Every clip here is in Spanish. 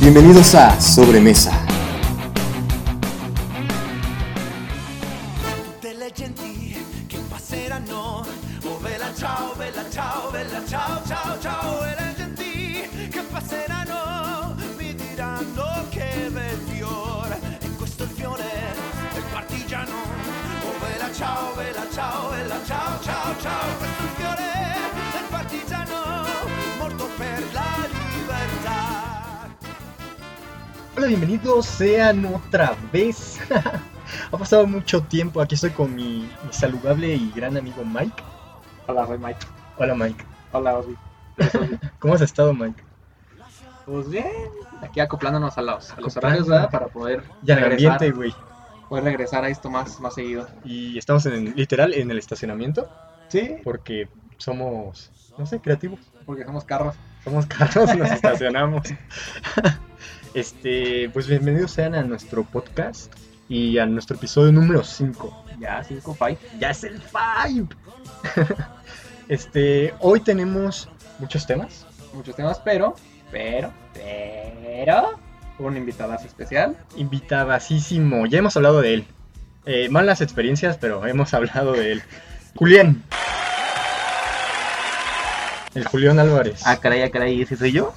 Bienvenidos a Sobremesa. delle genti che passeranno. Oh bella ciao, bella ciao, bella ciao, ciao, ciao. E le genti che passeranno mi diranno che bel fiore. E questo è il fiore del partigiano. Oh bella ciao, bella ciao, bella ciao, ciao, ciao. Questo è il fiore del partigiano morto per la libertà. Hola, bienvenidos sean otra vez. ha pasado mucho tiempo. Aquí estoy con mi, mi saludable y gran amigo Mike. Hola, soy Mike. Hola, Mike. Hola, Ozzy. ¿Cómo has estado, Mike? Pues bien, aquí acoplándonos a los, a los Acoplándonos. horarios, ¿verdad? Para poder Y al regresar, ambiente, güey. poder regresar a esto más, más seguido. Y estamos en, literal en el estacionamiento Sí, porque somos, no sé, creativos. porque somos carros. Somos carros y nos estacionamos. este, pues bienvenidos sean a nuestro podcast y a nuestro episodio número 5. Ya, 5 five. Ya es el vibe. este, hoy tenemos muchos temas. Muchos temas, pero, pero, pero. Un invitado especial. Invitadasísimo. Ya hemos hablado de él. Eh, malas experiencias, pero hemos hablado de él. Julián. El Julián Álvarez. Ah, caray, ah, caray, ¿ese soy yo?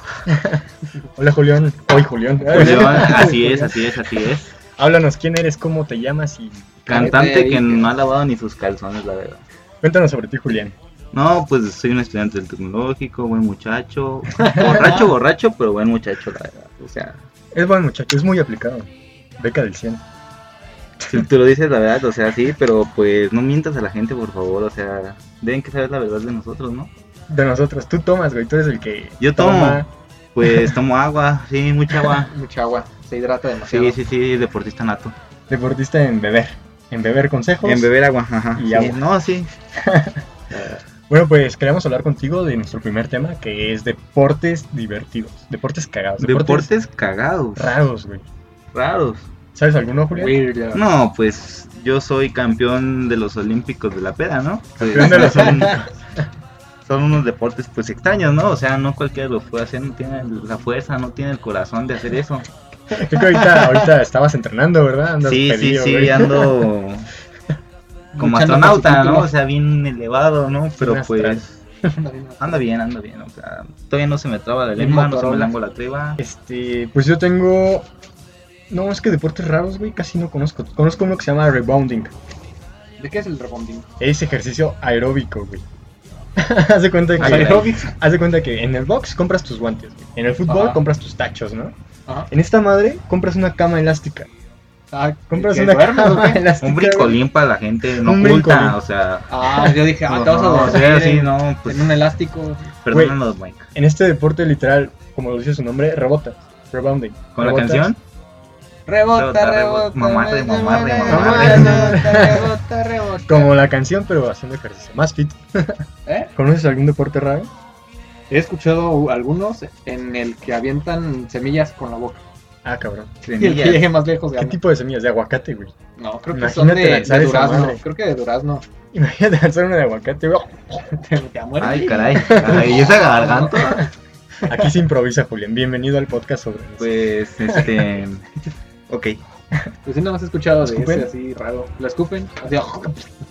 Hola Julián. Hoy Julián. Yo, así es, así es, así es. Háblanos quién eres, cómo te llamas y Cantante que dedicas? no ha lavado ni sus calzones, la verdad. cuéntanos sobre ti Julián. No, pues soy un estudiante del tecnológico, buen muchacho. Borracho, borracho, pero buen muchacho, la verdad. O sea, Es buen muchacho, es muy aplicado. Beca del 100. si tú lo dices, la verdad, o sea, sí, pero pues no mientas a la gente, por favor. O sea, deben que saber la verdad de nosotros, ¿no? De nosotros, tú tomas, güey, tú eres el que... Yo tomo. Pues tomo agua, sí, mucha agua. Mucha agua. Se hidrata demasiado. Sí, sí, sí, deportista nato. Deportista en beber. En beber consejos. En beber agua, ajá. Y sí, agua. No, sí. Bueno, pues queremos hablar contigo de nuestro primer tema, que es deportes divertidos, deportes cagados, deportes, Deportes cagados, raros, güey. raros. ¿Sabes alguno, Julián? Weirdo. No, pues yo soy campeón de los Olímpicos de la peda, ¿no? Pues, Campeón de los son, son unos deportes pues extraños, ¿no? O sea, no cualquiera lo puede hacer, no tiene la fuerza, no tiene el corazón de hacer eso. Creo que ahorita, ahorita estabas entrenando, ¿verdad? Andas sí, pedido, sí, sí, güey. ando como Luchando por astronauta, su ¿no? título. O sea, bien elevado, ¿no? Pero Bien astral. pues anda bien, anda bien, o sea, todavía no se me traba la Bien lengua, no se me motorón. lango la triba. Este, pues yo tengo... No, es que deportes raros, güey, casi no conozco. Conozco uno que se llama rebounding. ¿De qué es el rebonding? Es ejercicio aeróbico, güey. haz, de cuenta que, Aeróbics. haz de cuenta que en el box compras tus guantes, güey. En el fútbol Ajá. compras tus tachos, ¿no? Ajá. En esta madre compras una cama elástica. Ah, Compras ¿que una duermes o cama qué? elástica. Un güey. bricolín para la gente no Un bricolín. oculta, o sea, Ah, yo dije, ah, te vas a Pues no, o dormir sea, sí, en, no, pues en un elástico. Perdónanos, Mike. En este deporte literal, como lo dice su nombre, rebota. Rebounding. ¿Con la Rebotas. canción? Rebota, Rebota, rebota. rebota, mamarre, me- mamarre, me- mamarre. Rebota, rebota, rebota. Como la canción, pero haciendo ejercicio. Más fit. ¿Eh? ¿Conoces algún deporte raro? He escuchado algunos en el que avientan semillas con la boca. Ah, cabrón. Y el que llegue más lejos ¿Qué gana. tipo de semillas? De aguacate, güey. No, creo que Imagínate son de, de lanzar esa durazno. madre. Creo que de durazno. Imagínate lanzar una de aguacate, güey. Te, te mueres. Ay, caray, caray, ¿y esa garganta? Aquí se improvisa, Julián. Bienvenido al podcast sobre eso. Pues, este... Ok. Pues sí, nada más he escuchado de ¿Escupen? ese así raro. Lo escupen. Así,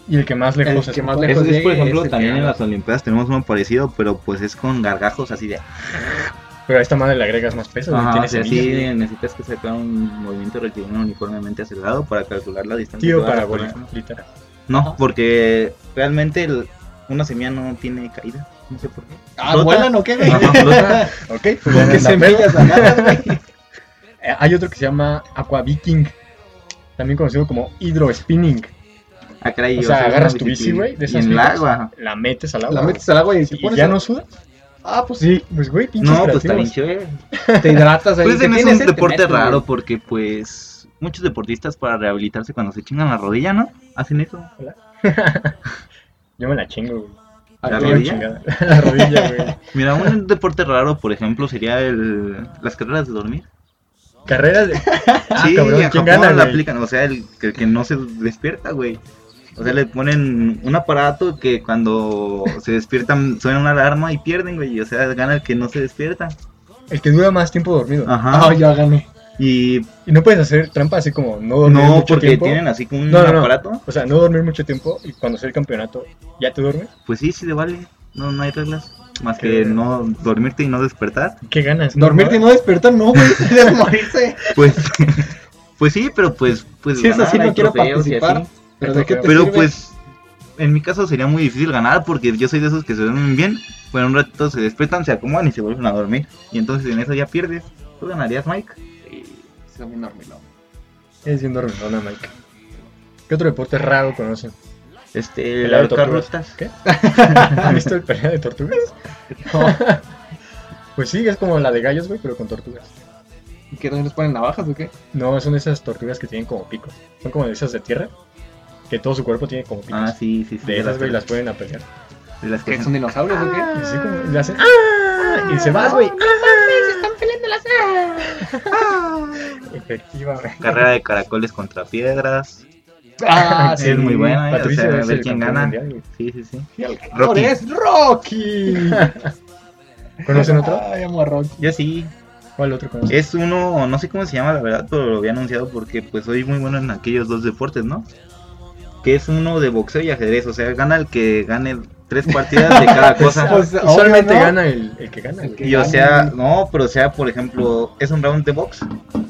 Y el que más el lejos que más escupa. lejos Eso es, por llegue ejemplo, es el también que en gana. las Olimpiadas tenemos uno parecido, pero pues es con gargajos así de... Pero a esta madre le agregas más peso. güey. Ajá, o Tiene sea, semillas, sí, güey. necesitas que sacar un movimiento rectilíneo uniformemente acelerado para calcular la distancia. que Tiro vas a parabólico, poner. literal. No, porque realmente el- una semilla no tiene caída. No sé por qué. Ah, flota. ¿vuelan o qué? güey? ¿Tota? Ajá, Pues flota. Ok, ¿Con Julián. qué anda pedo. semillas ganadas, güey? Eh, Hay otro que se llama Aqua Viking. También conocido como hidrospinning. Ah, caray, O sea, es una agarras tu bici, güey, de Y esas en el viejas. agua. La metes al agua. La güey. metes al agua y te ¿Y pones. ya a- no sudas? Ah, pues sí. Sí, pues güey, pinches No, pues está bien creativos. chévere. Te hidratas ahí. Pues te en es tienes un el- te deporte metes, güey. raro porque pues muchos deportistas para rehabilitarse cuando se chingan la rodilla, ¿no? Hacen eso. Yo me la chingo, güey. Ah, La güey, rodilla. Chingada. La rodilla, güey. Mira, un deporte raro, por ejemplo, sería el las carreras de dormir. Carreras de... Ah, sí, cabrón, en ¿quién Japón gana, la güey? aplican, o sea, el que, que no se despierta, güey. O sea, le ponen un aparato que cuando se despiertan suena una alarma y pierden, güey. O sea, gana el que no se despierta. El que dura más tiempo dormido. Ajá. Ah, ya gané. Y Y no puedes hacer trampa así como no dormir no, mucho porque tiempo. tienen así como un No, no, no. aparato. O sea, no dormir mucho tiempo y cuando sea el campeonato ya te duermes. Pues sí, sí le vale. No, no hay reglas. Más Que- que no dormirte y no despertar. ¿Qué ganas? Dormirte y no despertar, no, güey. Debe morirse. Pues, pues sí, pero pues, pues Si es así, ganar, no hay quiero trofeos y participar. así. Pero de qué te Pero sirve? pues, en mi caso sería muy difícil ganar porque yo soy de esos que se duermen bien. Bueno, un ratito se despiertan, se acomodan y se vuelven a dormir. Y entonces en eso ya pierdes. ¿Tú ganarías, Mike? Sí, soy muy dormido. Es bien dormilona, Mike. ¿Qué otro deporte raro conocen? Este, Pelea de Eh, las tortugas. carrotas. ¿Qué? ¿Han visto el pelea de tortugas? Pues sí, es como la de gallos, güey, pero con tortugas. ¿Y ¿Qué no les ponen navajas o qué? No, son esas tortugas que tienen como picos. Son como de esas de tierra, que todo su cuerpo tiene como picos. Ah, sí, sí, sí. De esas, güey, las las, pueden a pelear. de las que ¿Qué son dinosaurios o qué? Y así como le hacen ¡Ah! Y se vas, güey. Efectivamente. Carrera de caracoles contra piedras. Ah, sí. es muy buena, eh, o Patricio sea, a es ver el quién campeón gana. mundial, güey. Sí, sí, sí. Y el ganador Rocky. es Rocky. ¿Conocen otro? Ay, amo a Rocky. Yo sí. ¿Cuál otro conocen? Es uno, no sé cómo se llama la verdad, pero lo había anunciado porque pues soy muy bueno en aquellos dos deportes, ¿no? Que es uno de boxeo y ajedrez, o sea, gana el que gane tres partidas de cada cosa. Pues, obvio, Usualmente ¿no? gana el, el que gana. El güey. que- Y o sea, no, pero o sea, por ejemplo, es un round de box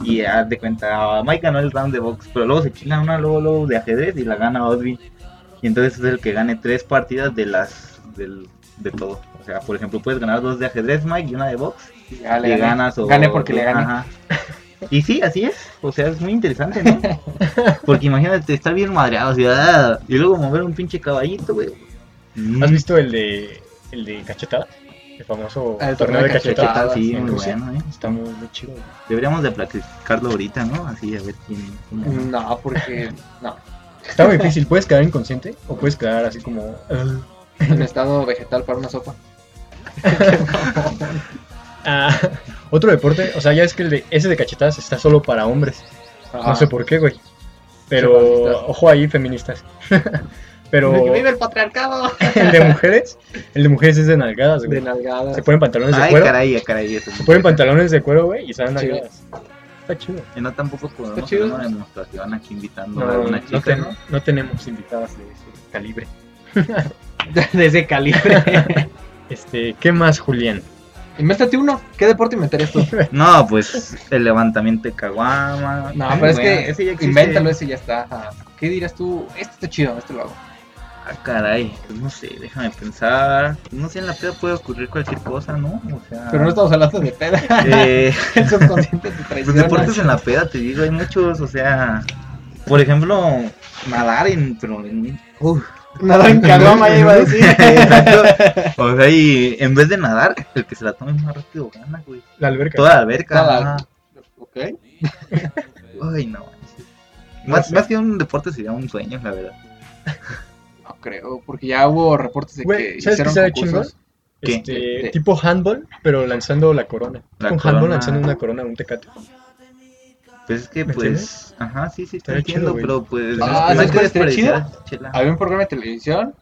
y haz de cuenta, Mike ganó el round de box, pero luego se chila una luego, luego de ajedrez y la gana Odwin. Y entonces es el que gane tres partidas de las, del, de todo. O sea, por ejemplo, puedes ganar dos de ajedrez, Mike, y una de box. Ya le le gané. ganas o Gané porque le gané. Ajá. Y sí, así es. O sea, es muy interesante, ¿no? Porque imagínate estar bien madreado, o sea, y luego mover un pinche caballito, güey. Mm, ¿Has visto el de, el de cachetada? El famoso Ah, el torneo de cachetada. Sí, en muy Rusia. bueno, ¿eh? Está muy, muy chido. güey. Deberíamos de practicarlo ahorita, ¿no? Así, a ver quién... quién gana. No, porque. No. Está muy difícil. Puedes quedar inconsciente o puedes quedar así como. "Ugh". En estado vegetal para una sopa. Ah, otro deporte, o sea, ya es que el de, ese de cachetadas está solo para hombres. Ah. No sé por qué, güey. Sí, feministas. Pero, ojo ahí, feministas. Pero Que vive el patriarcado. el de mujeres, el de mujeres es de nalgadas, Ah, De güey. nalgadas. Se ponen pantalones de Ay, cuero. caray, ay, caray. eso. Se ponen pantalones de cuero, güey, y salen Chido. nalgadas. Está chido. Y no tampoco podemos chido. hacer una demostración aquí invitando No, a una no chica, ten- ¿no? no tenemos invitadas de ese calibre. De ese calibre. Este, ¿qué más, Julián? Invéntate uno. ¿Qué deporte inventarías tú? No, pues el levantamiento de caguama. No, Ay, pero es bueno, que ese ya existe. invéntalo, ese ya está. Ajá. ¿Qué dirás tú? Este está chido, este lo hago. Ah, caray, pues no sé, déjame pensar. No sé, en la peda puede ocurrir cualquier cosa, ¿no? O sea, Pero no Pues estamos hablando de peda. eh, El subconsciente te los traiciona. deportes en la peda, te digo, hay muchos, o sea, por ejemplo, nadar en, pero en- uf, Nada en caguama ya iba a decir. exacto. o sea, y en vez de nadar, el que se la tome más rápido gana, güey. La alberca. Toda la alberca. Nada. Ok. ajá. Ay, no. Más, más que un deporte sería un sueño, la verdad. No creo, porque ya hubo reportes de Güey, que ¿sabes qué hicieron sería concursos. ¿Qué? Este, De- tipo handball, pero lanzando la corona. La Con handball corona. lanzando una corona, un tecate. Pues es que, ¿Me pues, ajá, sí, sí, te Estaría entiendo, chido, güey. pero pues, Ah, no es ¿sabes más que cuál estaría chido? desperdiciar chela. Había un programa de televisión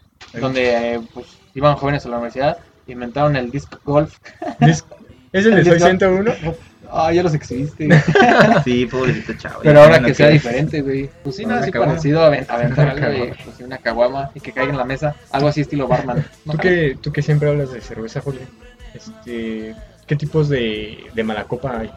donde eh, pues, iban jóvenes a la universidad y inventaron el disc golf. Dis- ¿Es el de El Soy disco. 101? Ah, ya los exhibiste. Sí, pobrecito chavo. Pero ahora Bueno, que sea diferente, güey. Pues sí, Una nada así caguama. parecido a aven- aventar Una algo y pues, una caguama y que caiga en la mesa. Algo así estilo barman. ¿No? ¿Tú que, tú que siempre hablas de cerveza, Julián, este, ¿qué tipos de, de mala copa hay?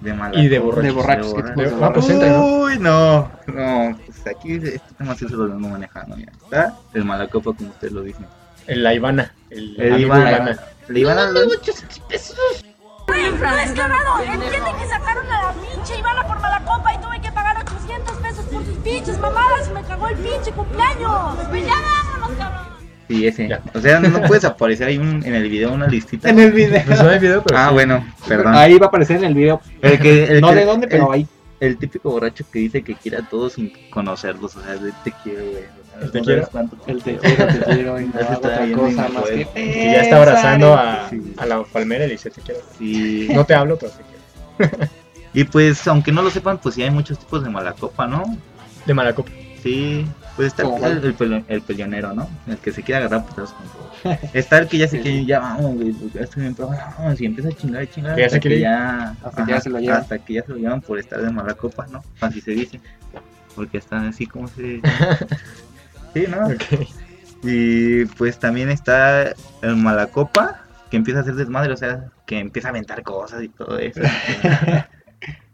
De mala Y de copa, borrachos, de borrachos, ¿qué tipos borrachos. de Ah, borrachos? pues entra, ¿no? Uy, no, no, pues aquí este tema sí se lo vengo manejando, mira. Está el mala copa, como ustedes lo dicen. El La Ivana. El, El amigo Ivana. Ivana. Le iban a dar- No es clavado, entiende que sacaron a la pinche Ivana por mala copa y tuve que pagar 800 pesos por sus pinches mamadas y me cagó el pinche cumpleaños. Pues ya vámonos, cabrón. Sí, ese. Ya. O sea, no puedes aparecer ahí un, en el video una listita. En el video. Pues no hay video, pero Ah, sí. bueno, perdón. Ahí va a aparecer en el video. El que- el no que- de dónde, pero el- ahí. El típico borracho que dice que quiere a todos sin conocerlos, o sea, de te quiero, güey. O sea, El te no quiero. sabes cuánto El te quiero, te quiero y no Ese hago está otra bien cosa lindo, más que güey. Que ya está abrazando a, Sí. a la palmera y le dice, te quiero. Sí. No te hablo, pero te quiero. Y pues, aunque no lo sepan, pues sí hay muchos tipos de mala copa, ¿no? De mala copa. Sí, Pues está Como el, cuál. el, pele- el peleonero, ¿no? El que se quiere agarrar pues, putazos con todo. Está el que ya se Sí, quiere, ya vamos, güey, pues, ya estoy bien, pero vamos, y empieza a chingar y chingar. Que ya hasta se quiere que ir. ya, Hasta que ya se lo llevan. Hasta que ya se lo llevan por estar de mala copa, ¿no? Así se dice. Porque están así como se. sí, ¿no? Ok. Y pues también está el Malacopa, que empieza a hacer desmadre, o sea, que empieza a aventar cosas y todo eso.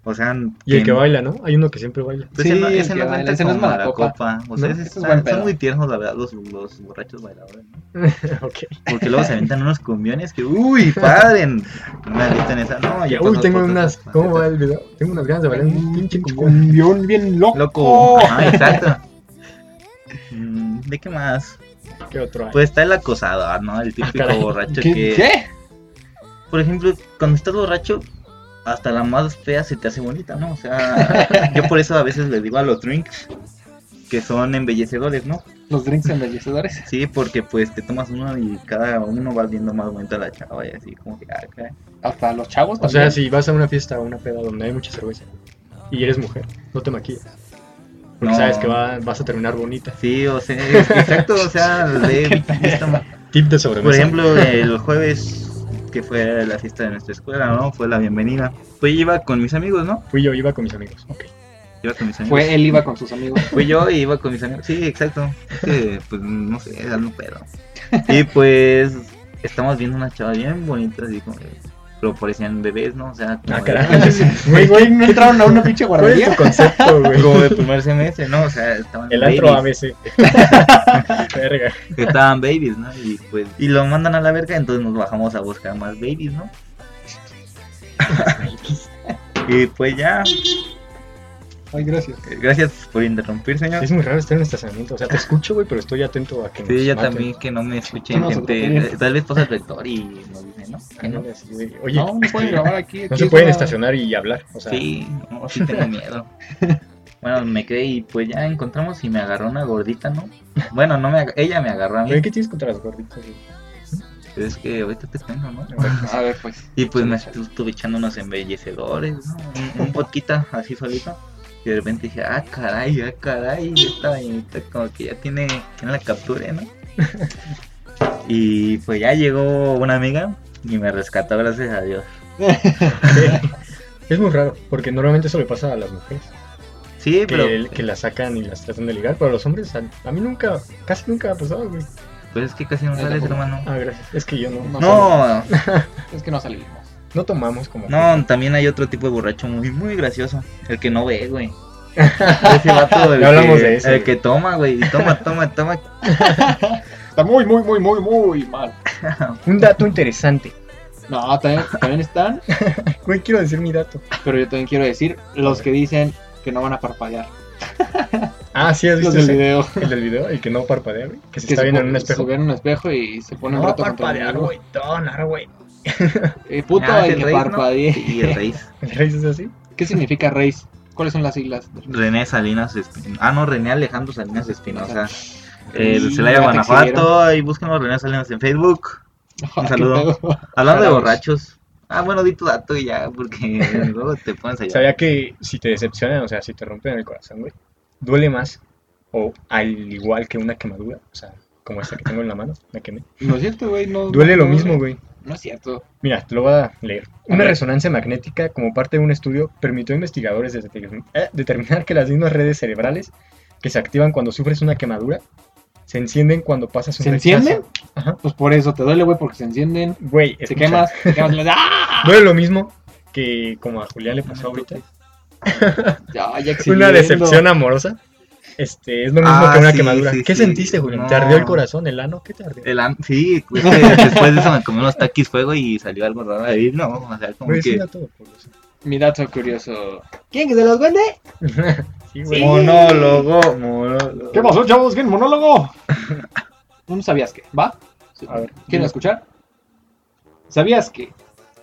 o sea, Y el que que- baila, ¿no? Hay uno que siempre baila. pues ese Sí, no, el ese que no baila, cuenta ese no es como Malacopa. Malacopa. O sea, No, ese ese es está- buen pedo. son muy tiernos, la verdad, los, los borrachos bailadores. ¿no? ok. Porque luego se aventan unos cumbiones que, uy, padre, me aventan esa. No, ya Uy, pasó tengo por otras unas. ¿Cómo va facetas. el video? Tengo unas ganas de bailar un pinche cumbión. Cumbión bien loco. Loco, ah, exacto. Mm, ¿De qué más? ¿Qué otro hay? Pues está el acosador, ¿no? El típico caray. borracho ¿Qué? que. ¿Qué? por ejemplo, cuando estás borracho, hasta la más fea se te hace bonita, ¿no? O sea, yo por eso a veces le digo a los drinks que son embellecedores, ¿no? Los drinks embellecedores. Sí, porque pues te tomas uno y cada uno va viendo más bonita la chava y así como que, ah, caray. Hasta los chavos O sea, también. si vas a una fiesta o una peda donde hay mucha cerveza y eres mujer, no te maquillas. Porque No. sabes que va- vas a terminar bonita. Sí, o sea, es- exacto, o sea, de- Tip de por sobremesa. ejemplo, el jueves que fue la fiesta de nuestra escuela, ¿no? Fue la bienvenida. Pues yo iba con mis amigos, ¿no? Fui yo, iba con mis amigos. Ok. Iba con mis amigos. Fue él iba con sus amigos. Fui yo y iba con mis amigos. Sí, exacto. Es que, pues, no sé, era un pedo. Y pues, estamos viendo unas chavas bien bonitas, así como que, pero parecían bebés, ¿no? O sea, como, Ah, de- carajo. Güey, güey, no entraron a una pinche ¿Cuál es guardería. tu concepto, güey? como de primer semestre, ¿no? O sea, estaban El antro babies. ABC. Verga. Estaban babies, ¿no? Y pues, y lo mandan a la verga, entonces nos bajamos a buscar más babies, ¿no? y pues ya, Ay, gracias. gracias por interrumpir, señor. Es muy raro estar en un estacionamiento. O sea, te escucho, güey, pero estoy atento a que Sí, nos yo maten. también que no me escuchen, No, no se gente. preocupe. Tal vez pasa el rector y nos dice, ¿no? Que Ah, no. Ándale, así de, Oye, No, no pueden grabar aquí. no aquí se es pueden una- estacionar y hablar. O sea, Sí, no, sí tengo miedo. Bueno, me quedé y pues ya encontramos y me agarró una gordita, ¿no? Bueno, no me ag- ella me agarró a mí. güey, ¿qué tienes contra las gorditas? güey? Es que ahorita te tengo, ¿no? A ver, pues. Y pues me estu- estuve echando unos embellecedores, ¿no? Un- Un poquita así solito. Y de repente dije, ah, caray, ah, caray, esta vainita como que ya tiene, tiene la captura, ¿no? Y pues ya llegó una amiga y me rescató, gracias a Dios. Es muy raro, porque normalmente eso le pasa a las mujeres. Sí, que, pero que la sacan y las tratan de ligar, pero a los hombres, a, a mí nunca, casi nunca ha pasado, güey. pues es que casi no Yo sales, tampoco. hermano. Ah, gracias. Es que yo no, No, Es que no salimos. no tomamos como. No, también hay otro tipo de borracho muy, muy gracioso. El que no ve, güey. Ese vato, el, Ya hablamos que, de ese, el güey. que toma, güey. y Toma, toma, toma. Está muy, muy, muy, muy, muy mal. Un dato interesante. No, también, también están. Güey, quiero decir mi dato. Pero yo también quiero decir los que dicen que no van a parpadear. Ah, sí, has visto Los del ese- video. el del video, el que no parpadea, güey. Que se que está viendo pon- en un espejo. Se ven en un espejo y se ponen No reto contra el parpadear, muro. güey. Donar, güey. Eh, puto, Ah, hay el que Reis, ¿no? parpadee. Y el raíz. ¿El rey es así? ¿Qué significa race? ¿Cuáles son las siglas? René Salinas Espinosa. Ah, no, René Alejandro Salinas Espinosa. El Sí, Celaya ya te Guanajuato. Ahí búsquenlo René Salinas en Facebook. Ah, Un saludo. Hablando de Caramba. borrachos. Ah, bueno, di tu dato y ya, porque luego te pones allá. Sabía que si te decepcionan, o sea, si te rompen el corazón, güey, duele más. O al igual que una quemadura, o sea, como esta que tengo en la mano, la quemé. No es cierto, güey. No, Duele lo no, mismo, güey. No es cierto. Mira, te lo voy a leer. Una ver. resonancia magnética, como parte de un estudio, permitió a investigadores determin- eh, determinar que las mismas redes cerebrales que se activan cuando sufres una quemadura se encienden cuando pasas un ¿Se rechazo. encienden? Ajá. Pues por eso te duele, güey, porque se encienden. Güey, Se escucha, quemas, te quemas. le- ¡Ah! Duele lo mismo que como a Julián le pasó ahorita. Ya, ya Una exhibiendo. decepción amorosa. Este, es lo mismo Ah, que una sí, quemadura. sí, ¿Qué sí. sentiste, Julián? ¿Te No. ardió el corazón, el ano? ¿Qué te ardió? El an- Sí, es que después de eso me comí unos taquis fuego y salió algo raro ahí, no, o sea, como Güey, que... sí, da todo por eso. Mi dato curioso. ¿Quién que se los vende? Sí, güey. Oh, Monólogo, monólogo. ¿Qué pasó, chavos? ¿Qué monólogo? Un sabías que, ¿va? A ver. ¿Quieren escuchar? ¿Sabías que,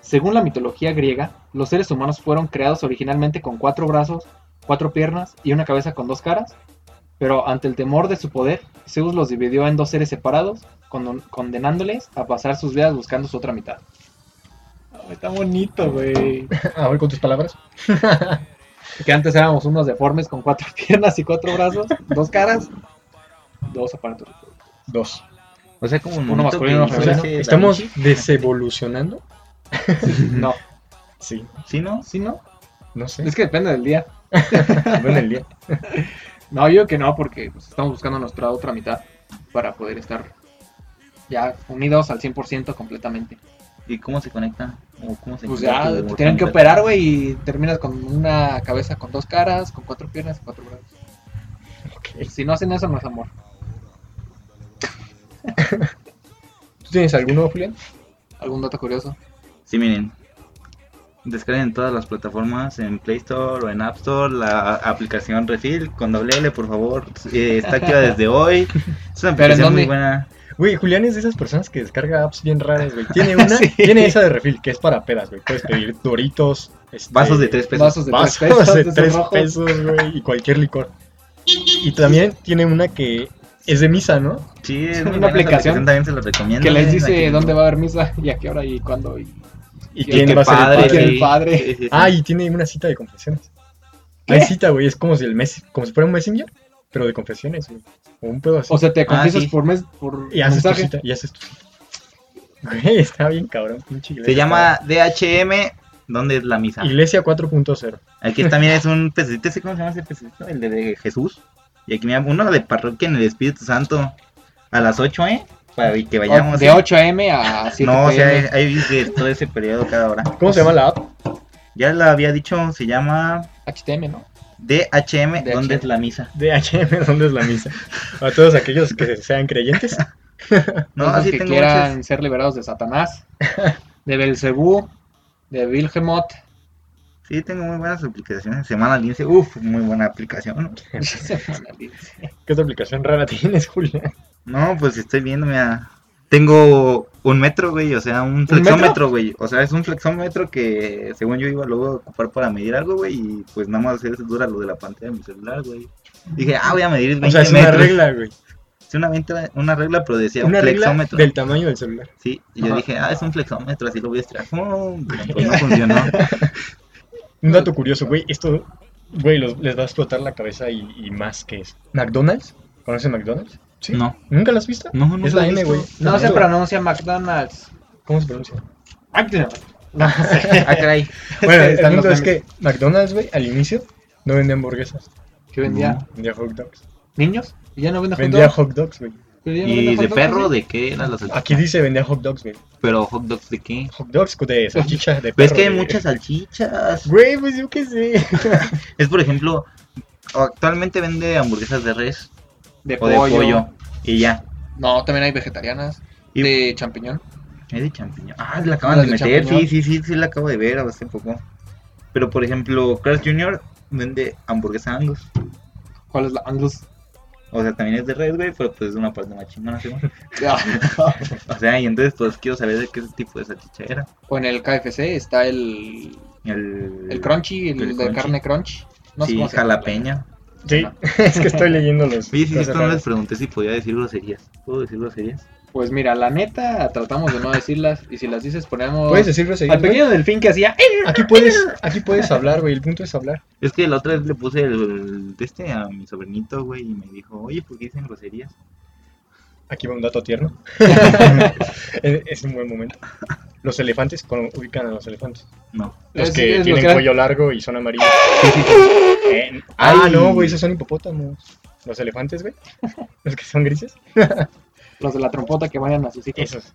según la mitología griega, los seres humanos fueron creados originalmente con cuatro brazos, cuatro piernas y una cabeza con dos caras? Pero ante el temor de su poder, Zeus los dividió en dos seres separados, conden- condenándoles a pasar sus vidas buscando su otra mitad. está bonito, güey. A ver, con tus palabras. Que antes éramos unos deformes con cuatro piernas y cuatro brazos, dos caras, dos aparatos reproductores. Dos. O sea, como el Uno momento masculino, que uno O hizo sea, femenino. ese Da ¿Estamos Vinci. desevolucionando? No, Sí. ¿Sí, no? ¿sí no? No sé. Es que depende del día. Depende del día. No, yo digo que no, porque pues, estamos buscando nuestra otra mitad para poder estar ya unidos al 100% completamente. ¿Y cómo se conectan? ¿O cómo se Pues conecta ya tu te tienen que volcán? operar, güey, y terminas con una cabeza con dos caras, con cuatro piernas y cuatro brazos. Pues, Ok. Si no hacen eso, no es amor. ¿Tú tienes alguno, Julián? ¿Algún dato curioso? Sí, miren. Descarguen en todas las plataformas, en Play Store o en App Store, la aplicación Refill con doble L, por favor. Eh, está activa desde hoy. Es una ¿Pero en aplicación dónde? muy buena. Güey, Julián es de esas personas que descarga apps bien raras, güey. Tiene una, Sí. tiene esa de refil, que es para pedas, güey. Puedes pedir doritos, este, Vasos de tres pesos. Vasos de vasos tres de pesos, de esos tres rojos. pesos, güey, y cualquier licor. Y también tiene una que es de misa, ¿no? Sí, es Es muy una buena esa aplicación También se la recomiendo. que Ah, les miren, dice aquí- dónde va a haber misa y a qué hora y cuándo. Y... Y Y Y quién qué va a ser el padre, padre. sí. el padre. Sí, sí, sí. Ah, y tiene una cita de confesiones. ¿Qué? Hay cita, güey, es como si el mes, como si fuera un messenger, pero de confesiones, güey. O un pedo así. O sea, te Ah, confiesas sí. por mes, por Pues, y haces tu mensaje. cita, y haces tu cita. Güey, está bien cabrón, pinche iglesia. Ah. Se llama DHM. ¿Dónde es la misa? Iglesia 4.0. Aquí también es un pececito. ¿Ese cómo se llama ese pececito? El de, de Jesús. Y aquí mira, uno de parroquia en el Espíritu Santo. A las 8, ¿eh? Para que vayamos. Oh, de ¿eh? 8 a.m. a 7 No, o sea, eh, p.m. hay, hay de todo ese periodo cada hora. ¿Cómo se llama la app? Ya la había dicho, se llama HTM, ¿no? DHM, DHM. ¿dónde es la misa? DHM, ¿dónde es la misa? A todos aquellos que sean creyentes. No, Esos así Pues que tengo quieran muchos. ser liberados de Satanás, de Belcebú, de Vilgemot. Sí, tengo muy buenas aplicaciones. Semana 15, uff, muy buena aplicación. ¿Qué otra aplicación rara tienes, Julia? No, pues estoy viendo, mira. Tengo un metro, güey, o sea, un flexómetro, güey. O sea, es un flexómetro que, según yo, iba luego a ocupar para medir algo, güey, y pues nada más eso dura lo de la pantalla de mi celular, güey. Dije, ah, voy a medir 20 O sea, es una metros. regla, güey. Sí, una, venta- una regla, pero decía Una un regla flexómetro. del tamaño del celular. Sí, y yo Ajá. dije, ah, es un flexómetro, así lo voy a estirar. No, pues no funcionó. Un dato curioso, güey. Esto, güey, los- les va a explotar la cabeza y, y más que eso. ¿McDonald's? ¿Conocen McDonald's? Sí. No, ¿Nunca las has visto? no, no. es lo la he N, visto. güey. No se sé, pronuncia McDonald's. pues, ¿Cómo se pronuncia? McDonald's. Ah, caray. Bueno, el Están los punto es memes. que McDonald's, güey, al inicio no vendía hamburguesas. ¿Qué vendía? No. Vendía hot dogs. ¿Niños? ¿Y ya no vende hot Vendía dogs? hot dogs, güey. ¿Que ya no vende ¿Y hot de dogs, perro sí? de qué eran las salchichas? Aquí dice vendía hot dogs, güey. Pero hot dogs de qué? Hot dogs de salchicha, de Pues es perro, que hay de- muchas salchichas. Güey, pues yo qué sé. Es por ejemplo, actualmente vende hamburguesas de res De o de pollo. pollo. Y ya. No, también hay vegetarianas. Y De champiñón. es de champiñón. Ah, la acaban de Las de meter. Sí, champiñón. sí, sí, sí, la acabo de ver hace poco. Pero por ejemplo, Crash Jr. vende hamburguesa Angus. ¿Cuál es la Angus? O sea, también es de res, güey, pero pues es una parte más chingona, según. Ya. O sea, y entonces pues quiero saber de qué tipo de salchicha era. o en el KFC está el, El, el crunchy, el, el de crunchy. carne crunch. No sé sí, cómo se llama. jalapeña. Sí, es que estoy leyendo los. Oye, sí, cosas sí, no les raras. pregunté si podía decir groserías. ¿Puedo decir groserías? Pues mira, la neta, tratamos de no decirlas. Y si las dices, ponemos. Puedes decir groserías, Al güey? pequeño delfín que hacía. "Eh", Aquí puedes, aquí puedes hablar, güey. El punto es hablar. Es que la otra vez le puse el, el de este a mi sobrinito, güey, y me dijo, oye, ¿por qué dicen groserías? Aquí va un dato tierno. es, es un buen momento. Los elefantes, ¿cómo ubican a los elefantes? No. Los Es- que es lo tienen que- cuello largo y son amarillos. Eh, ah, Ay. no, güey, esos son hipopótamos. Los elefantes, güey. Los que son grises. Los de la trompota que vayan a sus hijos. Esos.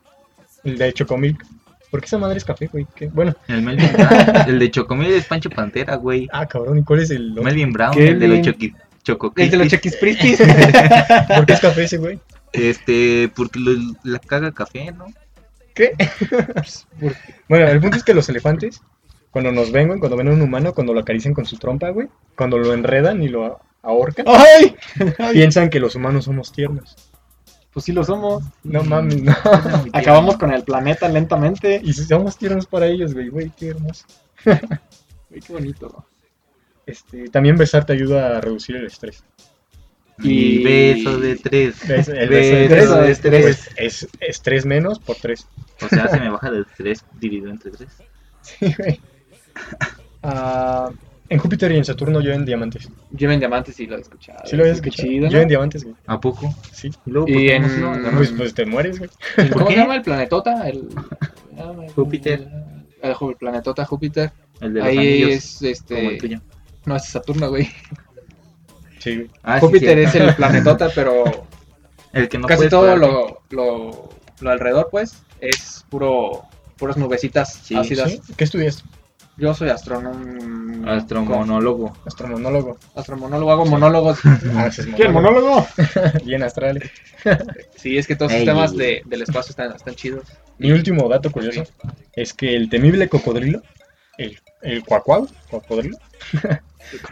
El de Chocomilk. ¿Por qué esa madre es café, güey? ¿Qué? Bueno, El Melvin Brown, el de Chocomil es Pancho Pantera, güey. ah, cabrón, ¿y cuál es el otro? Melvin Brown, Qué el de los bien. choqui, Choco El de los Crispies. Chequis Prispis. ¿Por qué es café ese, güey? Este, porque lo- la caga café, ¿no? ¿Qué? Bueno, el punto es que los elefantes, cuando nos ven, güey, cuando ven a un humano, cuando lo acarician con su trompa, güey, cuando lo enredan y lo ahorcan, ¡Ay! piensan que los humanos somos tiernos. Pues sí lo somos. No mames, no. Acabamos con el planeta lentamente. Y si somos tiernos para ellos, güey, güey, qué hermoso. Ay, qué bonito. ¿no? Este, también besar te ayuda a reducir el estrés. Y beso de tres. Bes- El Beso beso de de estrés estrés. pues, es estrés menos por tres. O sea, se me baja de tres dividido entre tres. Sí, güey. Ah, En Júpiter y en Saturno llueven diamantes. Yo en Diamantes sí lo he escuchado. ¿Sí lo habías Qué escuchado? chido, ¿no? Llueven diamantes, güey. ¿A poco? Sí. Y luego, Y ¿por qué en- no se lo agarraron? Pues, pues te mueres, güey. ¿Cómo se qué? llama el planetota? El... Júpiter. El ju- planetota Júpiter. El de los Ahí anillos, es como el este. tuyo. No, es Saturno, güey. Sí, güey. Ah, sí, Júpiter sí. es el planetota, pero El que no casi puedes todo parar. lo, lo, lo alrededor, pues, es puro puras nubecitas Sí, ácidas. ¿Sí? ¿Qué estudias? Yo soy astrónomo. Astromonólogo. Astromonólogo. Astromonólogo, hago monólogos. Mm. Ah, ese es monólogo? Bien astrales. Sí, es que todos Ey. los temas de, del espacio están, están chidos. Mi último dato curioso es que el temible cocodrilo, el, el cuacuau, cocodrilo,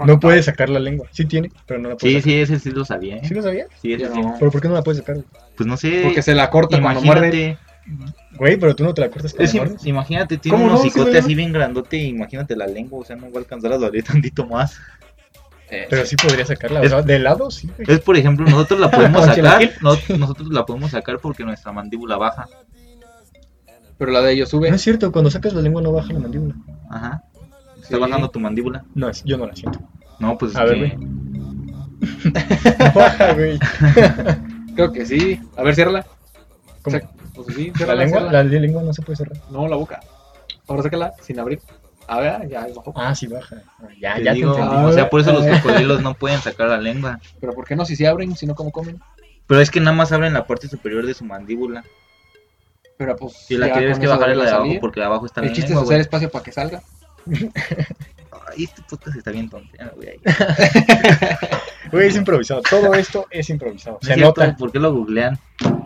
no puede sacar la lengua. Sí tiene, pero no la puede Sí, sacar. sí, ese sí lo sabía. ¿eh? ¿Sí lo sabías? Sí, ese Yo sí. no. ¿Pero por qué no la puede sacar? güey? Pues no sé. Porque se la corta cuando muerde. imagínate. Güey, pero tú no te la cortas con es la im- muerte. imagínate, tiene ¿Cómo un no? Sí, hocicote güey. así bien grandote. Imagínate la lengua, o sea, no va a alcanzar a doler tantito más. Eh, Pero sí podría sacarla. O sea, de lado sí, güey. Es, por ejemplo, nosotros la podemos Porque sacar. no- nosotros la podemos sacar porque nuestra mandíbula baja. pero la de ellos sube. No es cierto, cuando sacas la lengua no baja la mandíbula. Ajá. Está Sí. bajando tu mandíbula. No, es- yo no la siento. No, pues es A ver, que- No baja, güey. Creo que sí. A ver, ciérrala. ¿Cómo? Sac- Pues sí, La ciérrala, lengua, ciérrala. la lengua no se puede cerrar. No, la boca. Ahora sácala sin abrir. A ver, ya ahí bajó. Ah, sí baja. Ah, Ya, te ya digo, te o entendí. sea, por eso los Ah, cocodrilos no pueden sacar la lengua. Pero ¿por qué no? Si se abren, si no, ¿cómo comen? Pero es que nada más abren la parte superior de su mandíbula. Pero pues. Si la ya quieres con que eso bajar es la de debería abajo salir. porque la de abajo está El bien chiste es lengua, hacer güey. espacio para que salga. Ay, este podcast está bien tonto. ya me voy a ir. Güey, es improvisado. Todo esto es improvisado. No Se es cierto, nota. ¿Por qué lo googlean?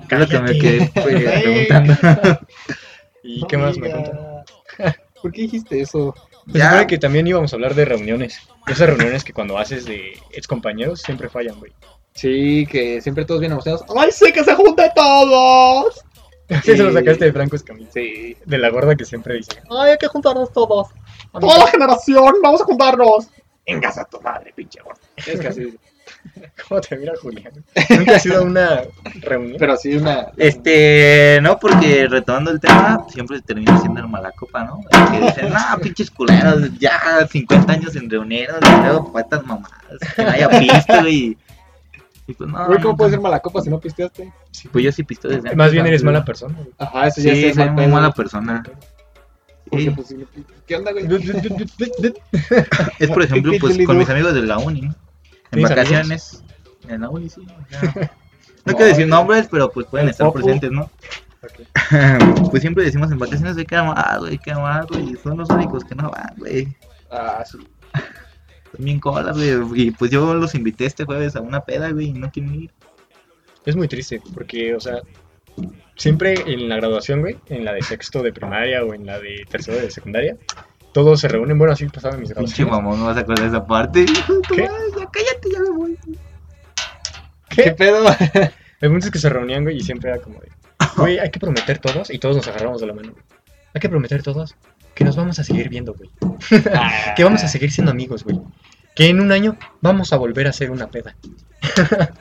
Es lo que me Cállate. quedé pues, preguntando. ¿Y qué más me cuentas? ¿Por qué dijiste eso? Se Ya. supone que también íbamos a hablar de reuniones. Esas reuniones que cuando haces de ex compañeros siempre fallan, güey. Sí, que siempre todos bien emocionados. ¡Ay, sé que se junten todos! Sí, se lo sacaste de Franco Escamilla. Sí. De la gorda que siempre dice. ¡Ay, hay que juntarnos todos! ¡Toda la generación! ¡Vamos a juntarnos! En casa tu madre, pinche gordo. Es que así. ¿Cómo te mira Julián? Nunca has ido a una reunión. Pero sí, una. Este, no, porque retomando el tema, siempre termina siendo el mala copa, ¿no? El que dicen, no, pinches culeros, ya 50 años en reuniones, y luego pa' estas mamadas, que no haya pisto, güey. Y pues no. Güey, ¿cómo no, puedes ser no. mala copa si no pisteaste? Pues yo sí pisto desde Más antes, bien eres ¿no? mala persona. güey. Ajá, eso ya Sí, es soy mal muy pedo. mala persona. Porque, Sí, pues, si no- ¿Qué onda, güey? es por ejemplo, pues con mis amigos de la uni, ¿no? en ¿Tienes vacaciones. En la uni, sí. ya. No quiero decir nombres, pero pues pueden estar Ojo. presentes, ¿no? Ok. pues siempre decimos en vacaciones hay que amar, güey, hay que amar, güey. y Son los únicos que no van, güey. Ah, sí. Son bien colas, güey. Y pues yo los invité este jueves a una peda, güey, y no quieren ir. Es muy triste porque, o sea, siempre en la graduación, güey, en la de sexto de primaria o en la de tercero de secundaria, todos se reúnen. Bueno, así pasaba en mis Pinche graduaciones. mamón, no vas a acordar de esa parte. Hijo de tu ¿Qué? madre, ya cállate, ya me voy. ¿Qué ¿Qué? pedo? Hay muchos que se reunían, güey, y siempre era como de, güey, hay que prometer todos y todos nos agarramos de la mano. güey. Hay que prometer todos que nos vamos a seguir viendo, güey. Ah, que vamos a seguir siendo amigos, güey. Que en un año vamos a volver a hacer una peda.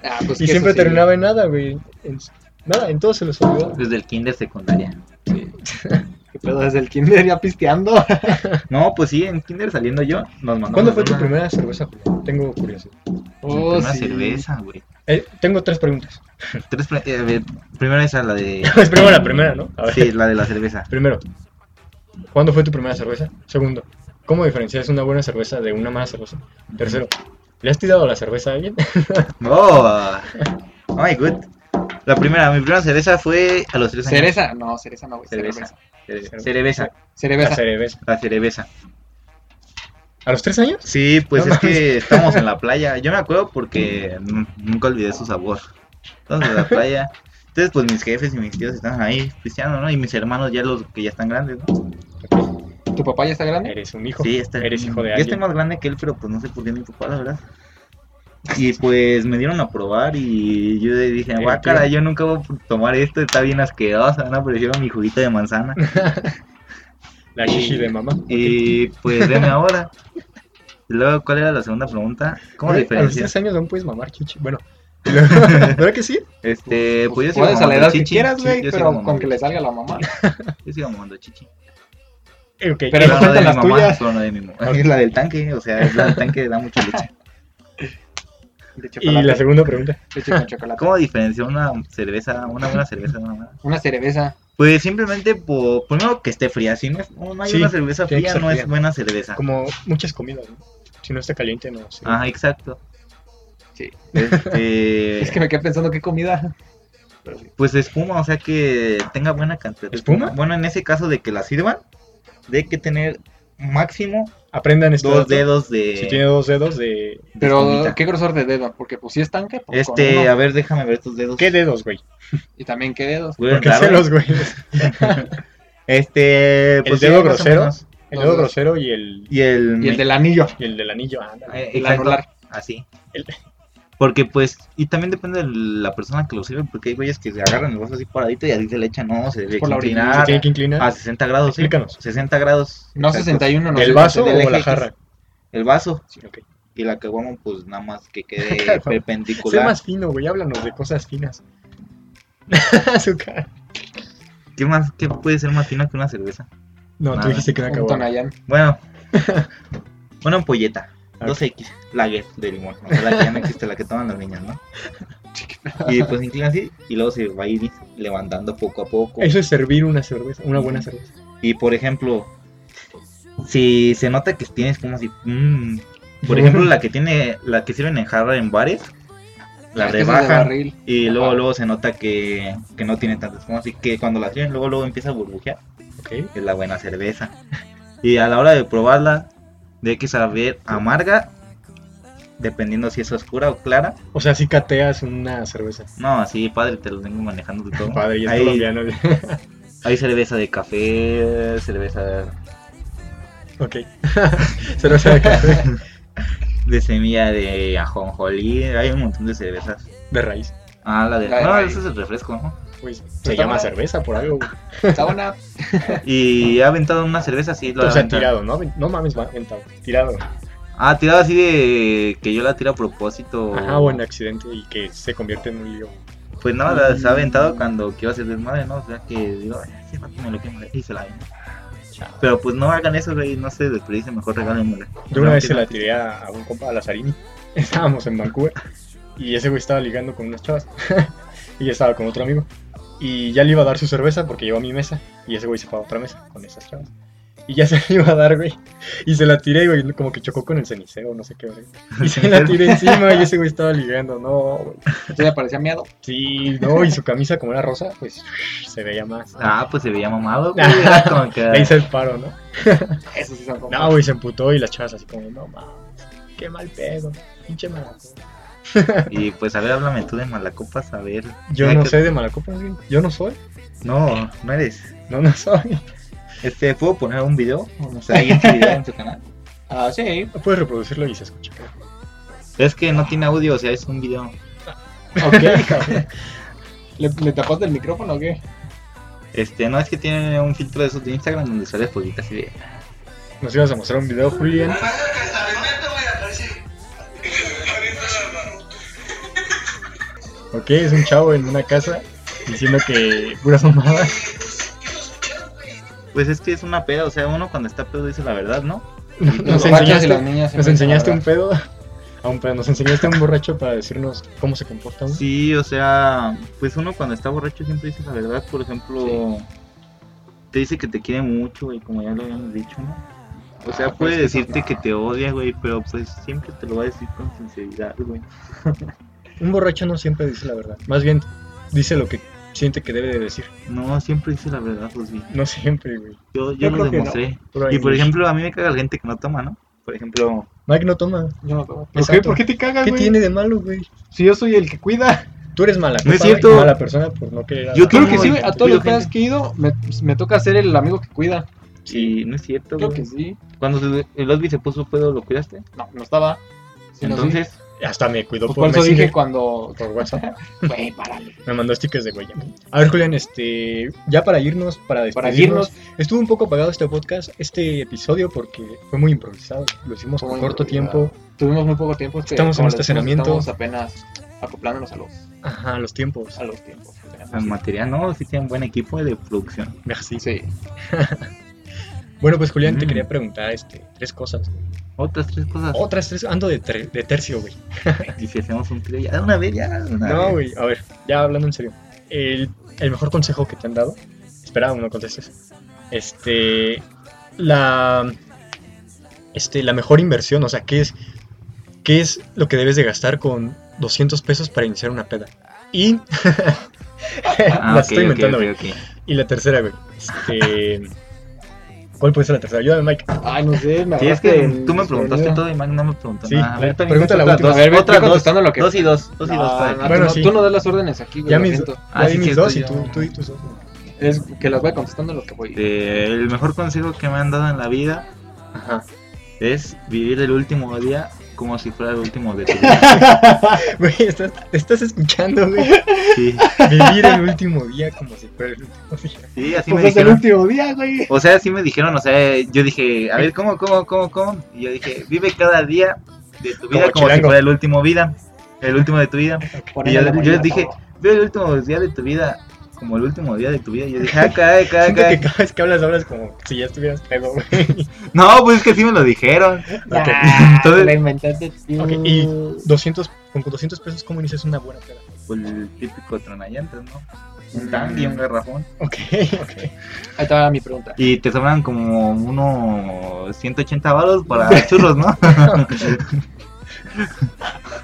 Ah, pues y que siempre eso sí. terminaba en nada, güey. En- nada, en todo se los olvidó. Desde el kinder secundaria. ¿Qué pedo? Desde el kinder ya pisteando. No, pues sí, en kinder saliendo yo, nos mandamos. ¿Cuándo fue tu una- primera cerveza, Julián? Tengo curiosidad. mi Oh, primera sí. cerveza, güey. Eh, tengo tres preguntas. Tres, pre- eh, a ver, primero esa, la de. Pues primero la primera, ¿no? A ver. Sí, la de la cerveza. Primero, ¿cuándo fue tu primera cerveza? Segundo, ¿cómo diferencias una buena cerveza de una mala cerveza? Tercero, ¿le has tirado la cerveza a alguien? Oh, oh my god. La primera, mi primera cerveza fue a los tres años. ¿Cereza? No, cereza no, güey. pues, Cerveza. Cerveza. Cere- Cerveza. La Cerveza. cerveza. La cerveza. ¿A los tres años? Sí, pues No es que estamos en la playa. Yo me acuerdo porque nu- nunca olvidé su sabor. Estamos en la playa. Entonces, pues mis jefes y mis tíos están ahí cristianos, ¿no? Y mis hermanos ya los que ya están grandes, ¿no? ¿Tu papá ya está Eh, grande? Eres un hijo. Sí, está- Eres hijo de Yo estoy alguien. más grande que él, pero pues no sé por qué mi papá, la verdad. Y pues me dieron a probar y yo le dije, Eh, guácara, tío. yo nunca voy a tomar esto, está bien asqueroso, ¿no? Prefiero mi juguito de manzana. La shishi de mamá. Y pues deme ahora. Y Luego, ¿cuál era la segunda pregunta? ¿Cómo Güey, A la los diferencia? pues, tres años aún puedes mamar chichi. Bueno, ¿verdad que sí? Este, pues yo sigo Puedes a la mamando edad que chichi, quieras, sí, güey, yo sigo pero mamando con que le salga la mamá. chichi, Yo sigo mamando chichi. Eh, ok, Pero y no la cuentan de las mi mamá, tuyas. pero no de mi mamá. Es la del tanque, o sea, es la del tanque da mucha leche. De chocolate. Y la segunda pregunta. Leche con chocolate. ¿Cómo diferenciar una cerveza, una buena cerveza de una mala? Una cerveza. Pues simplemente por, primero que esté fría, si no, es- no hay Sí, una cerveza tiene que fría, ser no fría. es buena cerveza. Como muchas comidas, ¿no? Si no está caliente, no sé. Ajá, exacto. Sí. Este, Es que me quedé pensando qué comida. Pues espuma, o sea que tenga buena cantidad. de ¿Espuma? Bueno, en ese caso de que la sirvan, de que tener máximo Aprendan este dos dato. dedos de, Si tiene dos dedos, de... de Pero espumita. qué grosor de dedo, porque pues si es tanque, pues con Este, uno. a ver, déjame ver tus dedos. ¿Qué dedos, güey? y también qué dedos. Huelen ¿Por qué raro. se los, güey? Este, pues dedo sí, más o grosero? menos. El Los dedo dos. grosero y el, Y el, Y el del anillo. y el del anillo. ándale. Eh, El exacto, anular. Así. El- Porque pues, y también depende de la persona que lo sirve, porque hay güeyes que se agarran el vaso así paradito y así se le echan, no, se debe por la orilla, Se inclinar tiene que inclinar. a 60 grados, sí. Explícanos. 60 grados. No exacto. 61, no ¿El sé, vaso Ah, del o eje la X. jarra? El vaso. Sí, ok. Y la caguama, pues nada más que quede Caguama. Sé perpendicular. más fino, güey. Háblanos de cosas finas. Su cara. ¿Qué más? ¿Qué puede ser más fino que una cerveza? No, tú Nada. dijiste que era Un caguama. Tonayán. Bueno, una ampolleta. Ok. 2X, lager de limón. O sea, la que ya no existe, la que toman las niñas, ¿no? Y pues se inclina así y luego se va a ir levantando poco a poco. Eso es servir una cerveza, una buena cerveza. Y por ejemplo, si se nota que tienes como así. mm, Por Mm. ejemplo, la que tiene, la que sirven en jarra en bares, la Es Ah, que esas de rebajan. barril. Y luego, Ajá. luego se nota que, que no tiene tantas espuma, así que cuando la sirven, luego, luego empieza a burbujear. Ok. Es la buena cerveza. Y a la hora de probarla, de que saber amarga, dependiendo si es oscura o clara. O sea, si cateas una cerveza. No, así, padre, te lo vengo manejando de todo. Padre, y es hay, colombiano. hay cerveza de café, cerveza ok. cerveza de café. de semilla de ajonjolí, hay un montón de cervezas. De raíz. Ah, la de. La de no, raíz. ese es el refresco, ¿no? Pues, se llama mal. cerveza por algo. güey. Está buena. Y ha aventado una cerveza así. Lo ha O sea, aventado. tirado, ¿no? No mames, va aventado. Tirado. Ah, tirado así de que yo la tiro a propósito. Ajá, o en accidente y que se convierte en un lío. Pues no, la- Mm. se ha aventado cuando quiero hacer desmadre, ¿no? O sea que digo, "Ay, hace rato me lo quemo y se la avento. Pero pues no hagan eso, güey, no se desperdicien, mejor regálenmela. Yo una No, vez que se no. la tiré a, a un compa, a Lazarini. Estábamos en Vancouver y ese güey estaba ligando con unas chavas. y yo estaba con otro amigo. Y ya le iba a dar su cerveza porque llevó a mi mesa. Y ese güey se fue a otra mesa con esas chavas. Y ya se la iba a dar, güey. Y se la tiré, güey. Como que chocó con el cenicero, no sé qué, güey. Y se la tiré encima y ese güey estaba ligando. No, güey. Yo me parecía miedo. Sí, no. Y su camisa, como era rosa, pues se veía más. Ah, pues se veía mamado, güey. Era como que. Le hice el paro, ¿no? Eso sí son como. No, güey, se emputó y las chavas así como, no mames. Qué mal pedo. Pinche maracón. Y pues a ver, háblame tú de Malacopas, a ver. Yo Ay, no que- soy de Malacopas, güey. Yo no soy. No, no eres. No, no soy. Este, ¿puedo poner un video? O sea, hay este video en tu canal. Ah, sí. Puedes reproducirlo y se escucha. creo. Es que no tiene audio, o sea, es un video. Ok, cabrón. ¿Le, le tapaste el micrófono o qué? Este, no es que tiene un filtro de esos de Instagram donde sale fueguita así de. Nos ibas a mostrar un video, Julián. Ok, es un chavo en una casa diciendo que puras mamadas. Pues es que es una peda, o sea, uno cuando está pedo dice la verdad, ¿no? pues, Nos Los borrachos y las enseñaste, niñas nos siempre dicen la enseñaste un verdad. pedo. A un pedo, nos enseñaste a un borracho para decirnos cómo se comporta uno. Sí, o sea, pues uno cuando está borracho siempre dice la verdad, por ejemplo, te dice que te quiere mucho, güey, como ya lo habíamos dicho, ¿no? O sea, pues puede que eso decirte que te odia, güey, pero pues siempre te lo va a decir con sinceridad, güey. Un borracho no siempre dice la verdad. Más bien, dice lo que siente que debe de decir. No, siempre dice la verdad, pues sí. No siempre, güey. Yo, yo lo creo que no. demostré. Puro Y por English. ejemplo, a mí me caga la gente que no toma, ¿no? Por ejemplo, Mike no toma. Yo no tomo. ¿Por qué? Exacto. ¿Por qué te cagas, ¿Qué Ah, güey? tiene de malo, güey? Si yo soy el que cuida. Tú eres mala. No es copa, y cierto. Mala persona por no querer. Yo hablar. creo Claro que sí, güey. A todos Cuido los pedas gente. que he ido, me, me toca ser el amigo que cuida. y no es cierto, Creo güey. que sí. Cuando se- el Osby se puso pedo, ¿lo cuidaste? No, no estaba. Si no, sí. Entonces, Hasta me cuidó Pues por por eso Messenger, dije cuando. por WhatsApp. Güey, párale. Me mandó stickers de huella. A ver, Julián, este, ya para irnos, para Para despedirnos. irnos, Estuvo un poco apagado este podcast, este episodio, porque fue muy improvisado. Lo hicimos Fue por muy corto improvisado. tiempo. tuvimos muy poco tiempo. es que, Estamos en como un les estacionamiento. decimos, Estamos apenas acoplándonos a los, Ajá, los tiempos. a los tiempos. pues, que tenemos. el material, ¿no? Sí tienen buen equipo de producción. Merci. Sí. Bueno, pues Julián, te Mm. quería preguntar este, tres cosas. güey. Otras tres cosas. Otras tres, ando de, tre- de tercio, güey. Y si hacemos un trío ya de una vez, ya de una No, vez. güey, a ver, ya hablando en serio. El, el mejor consejo que te han dado, espera, no contestes. Este, la, este, la mejor inversión, o sea, ¿qué es, ¿qué es lo que debes de gastar con 200 pesos para iniciar una peda? Y, Ah, la ok, estoy ok, inventando, ok, güey. ok. Y la tercera, güey, este, ¿cuál puede ser la tercera? Ayúdame, Mike. Ay, no sé, me Sí, es agarraste que en tú me preguntaste desprevenida. todo y Mac no me preguntó Sí, nada. A ver, la- también pregunta la otras última. dos, A ver, ve- otras ve contestando dos, lo que- dos y dos, dos y dos. Ah, para- no, Bueno, tú, no- sí. tú no das las órdenes aquí, güey. Ya lo mis, siento. Ah, ya sí, di mis cierto, dos y ya. tú, tú y tus dos. güey. Es que las voy contestando lo que voy. Eh, el mejor consejo que me han dado en la vida es vivir el último día como si fuera el último de tu vida. Güey, estás, te estás escuchando, güey. Sí, Vivir el último día como si fuera el último día. sí, así Pues me es el dijeron. último día, güey. O sea, así me dijeron, o sea, yo dije, a ver, ¿cómo, cómo, cómo, cómo? Y yo dije, vive cada día de tu vida Como como, si chilango. fuera el último vida, el último de tu vida. Y yo, Ponele la yo mañana, les dije, cabrón. vive el último día de tu vida como el último día de tu vida. Y yo dije, ah, caray, caray, Siento que caray. cada vez que hablas, hablas como si ya estuvieras pedo, güey. No, pues es que sí me lo dijeron. Ok. Ah, Entonces- la inventaste tú. Ok, y 200, con 200 pesos, ¿cómo inicias una buena peda? Pues el típico tronallantas, ¿no? Un tanque, un garrafón. Ok, ok. Ahí estaba mi pregunta. Y te sobran como unos 180 varos para churros, ¿no?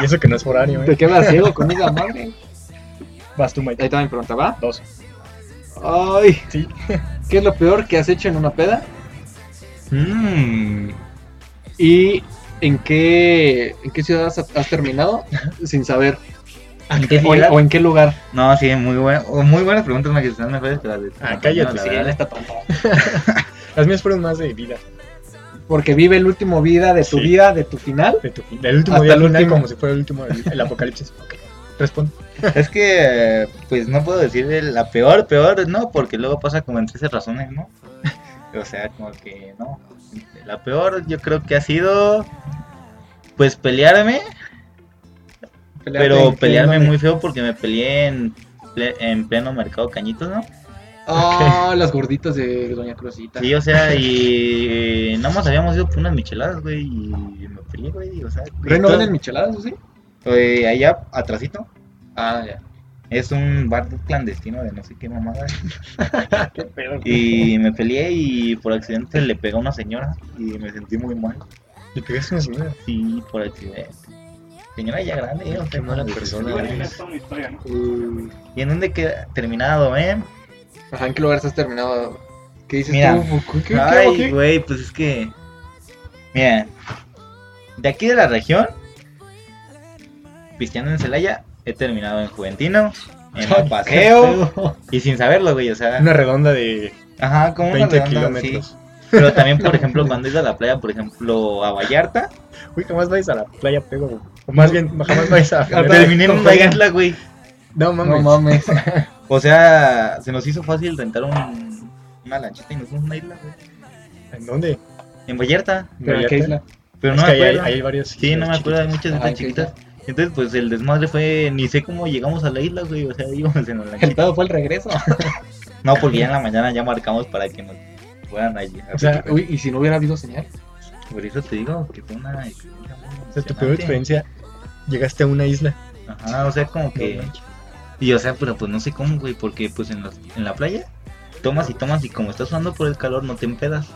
Y eso que no es horario, ¿Te ¿eh? quedas ciego con esa madre? Vas tú, Ahí Mike. estaba mi pregunta, ¿va? Dos. Ay, Sí. ¿qué es lo peor que has hecho en una peda? Mmm. ¿Y en qué, en qué ciudad has, has terminado sin saber? O, en- o en qué lugar? No, sí, muy bueno. o Muy buenas preguntas, me están mejores que las de. Ah, cállate, la sí, verdad. está tonta. Las mías fueron más de vida, Porque vive el último vida de tu Sí. vida, de tu final. de tu fin- del último Hasta día el final, último. como si fuera el último, el, el apocalipsis. Ok, responde. Es que, eh, pues no puedo decir de la peor, peor, no, porque luego pasa como en 13 razones, ¿no? O sea, como que no. La peor, yo creo que ha sido. Pues pelearme, pero pelearme muy feo porque me peleé en, ple- en pleno mercado Cañitos, ¿no? Ah, las gorditas de Doña Cruzita. Sí, o sea, y nada más habíamos ido por unas micheladas, güey, y me peleé, güey, o sea. y ¿Reno todo- venden micheladas o sí? Eh, allá, atrasito, Ah, ya. es un bar clandestino de no sé qué mamada. Y me peleé y por accidente le pegué a una señora y me sentí muy mal. Le pegaste a una señora. Sí, por accidente. Señora ya grande, eh, o sea, Qué mala como de persona 60 años. eres. Mm, ¿Y en dónde queda terminado, eh? Ajá, ¿en qué lugares has terminado? ¿Qué dices Mira. tú? ¿Qué, qué, qué, Ay, qué? güey, pues es que. Mira, de aquí de la región, pisteando en Celaya, he terminado en Juventino, en el paseo, y sin saberlo, güey, o sea. Una redonda de Ajá, como una 20 redonda, kilómetros. sí. Pero también, por ejemplo, cuando he ido a la playa, por ejemplo, a Vallarta, Uy, jamás vais a la playa pego, güey. O más bien, jamás vais a. terminé en una isla, güey. No No mames. mames. O sea, se nos hizo fácil rentar un- una lanchita y nos fuimos a una isla, güey. ¿En dónde? En Vallarta, ¿En ¿Pero en Vallarta? qué isla? pero es no que me ahí hay, acuerdo. ahí hay varios. Sí, no me acuerdo, hay muchas Ajá, islas ¿en qué chiquitas. Entonces, pues el desmadre fue, ni sé cómo llegamos a la isla, güey, o sea, íbamos en la El lanchita. pedo fue el regreso. No, porque ya en la mañana ya marcamos para que nos fueran allí. O sea, Uy, ¿y si no hubiera habido señal? por eso te digo que fue una experiencia muy O sea, tu peor emocionante. experiencia, llegaste a una isla. Ajá, o sea, como que... Y o sea, pero pues no sé cómo, güey, porque pues en la, en la playa tomas y tomas y como estás sudando por el calor no te empedas.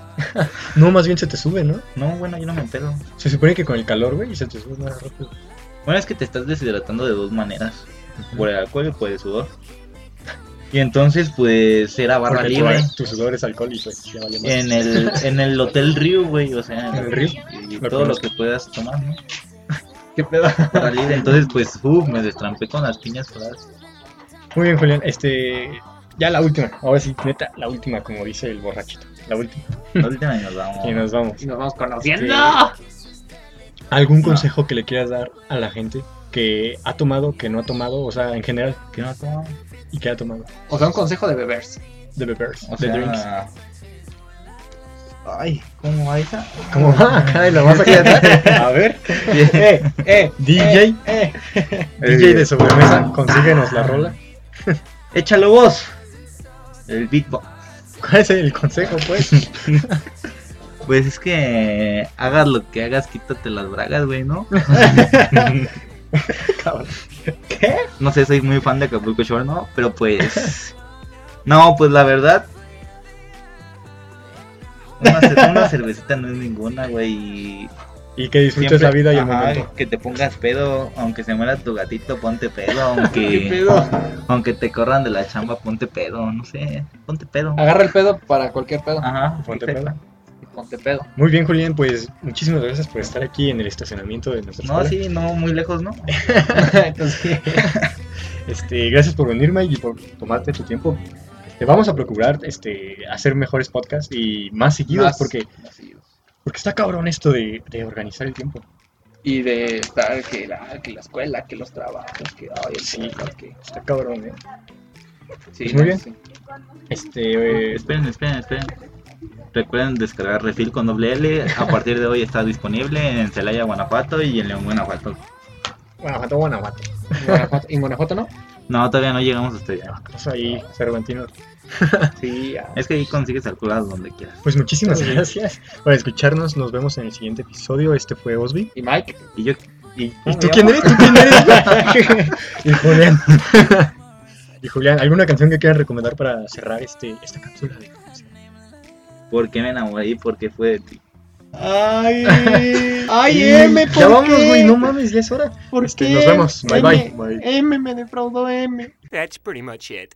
No, más bien se te sube, ¿no? No, bueno, yo no me empedo. Se supone que con el calor, güey, se te sube más rápido. Bueno, es que te estás deshidratando de dos maneras, por el alcohol y por el sudor. Y entonces pues era barra Porque libre. tu, tu sudor es alcohol y pues ya vale más. En el, en el Hotel Río, güey, o sea, ¿En el Río? Y Lo todo lo conozco. que puedas tomar, ¿no? ¿Qué pedo? Para libre. Entonces, pues, uff, me destrampé con las piñas coladas. Muy bien, Julián. Este. Ya la última. Ahora sí, neta, la última, como dice el borrachito. La última. Ahorita nos vamos. Y nos vamos. Y nos vamos Este, conociendo. ¿Algún No. consejo que le quieras dar a la gente que ha tomado, que no ha tomado, o sea, en general, ¿Qué no tomamos? y que ha tomado? O sea, un consejo de beberse. De beers, O de sea, drinks. Ay, ¿cómo va esa? ¿Cómo va? Acá lo vas a cantar. A ver. eh, eh, DJ. eh, eh. DJ de sobremesa, consíguenos la rola. Échalo vos. El beatbox. Ese es el consejo, pues. Pues es que hagas lo que hagas, quítate las bragas, güey, ¿no? Cabrón. No sé, soy muy fan de Acapulco Shore, ¿no? Pero pues... No, pues la verdad... Una, cer- una cervecita no es ninguna, güey. y Y que disfrutes siempre- la vida y el ajá, momento. Que te pongas pedo, aunque se muera tu gatito, ponte pedo. ¿Qué Aunque, pedo? aunque te corran de la chamba, ponte pedo. No sé, ponte pedo. Agarra el pedo para cualquier Ah. pedo. Ajá, Ponte exacto. pedo. Ponte pedo. Muy bien, Julián, pues muchísimas gracias por estar aquí en el estacionamiento de nuestra No, escuela. sí, no, muy lejos, ¿no? Entonces, sí. Este, gracias por venir, Mike, y por tomarte tu tiempo. Este, vamos a procurar este, hacer mejores podcasts y más seguidos, Más- porque, más seguidos. porque está cabrón esto de, de organizar el tiempo. Y de estar que la, que la escuela, que los trabajos, que ay, el Sí. podcast, que- Está cabrón, ¿eh? sí, Pues no, muy bien. sí. Este, eh, Esperen, esperen, esperen. Recuerden descargar Refil con doble L. A partir de hoy está disponible en Celaya, Guanajuato y en León, Guanajuato. Guanajuato, Guanajuato. Guanajuato- ¿En Guanajuato no? No, todavía no llegamos hasta allá. Vamos ahí, Cervantino. Sí, ah, Es que ahí consigues alcoholadas donde quieras. Pues muchísimas Sí. gracias por escucharnos. Nos vemos en el siguiente episodio. Este fue Osby. Y Mike, Y yo. ¿Y, ¿Y tú quién eres? ¿Tú quién eres? y Julián. y Julián, ¿alguna canción que quieras recomendar para cerrar este, esta cápsula? de- ¿Por qué me enamoré y por qué fue de ti? Ay, Sí, ay, M, ¿por Ya vamos, qué? güey, no mames, ya es hora. ¿Por Este, qué? nos vemos. Bye, bye. M, M me defraudó M. That's pretty much it.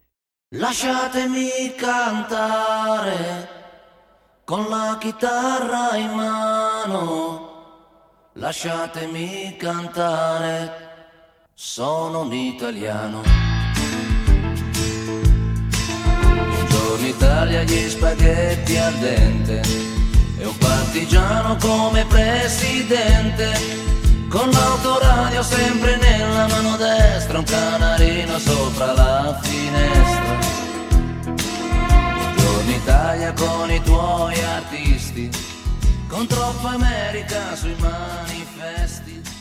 Lasciatemi cantare con la chitarra in mano, lasciatemi cantare, sono un italiano. Buongiorno Italia, gli spaghetti al dente, e un partigiano come presidente, con l'autoradio sempre nella mano destra, un canarino sopra la finestra. Buongiorno Italia con i tuoi artisti, con troppa America sui manifesti.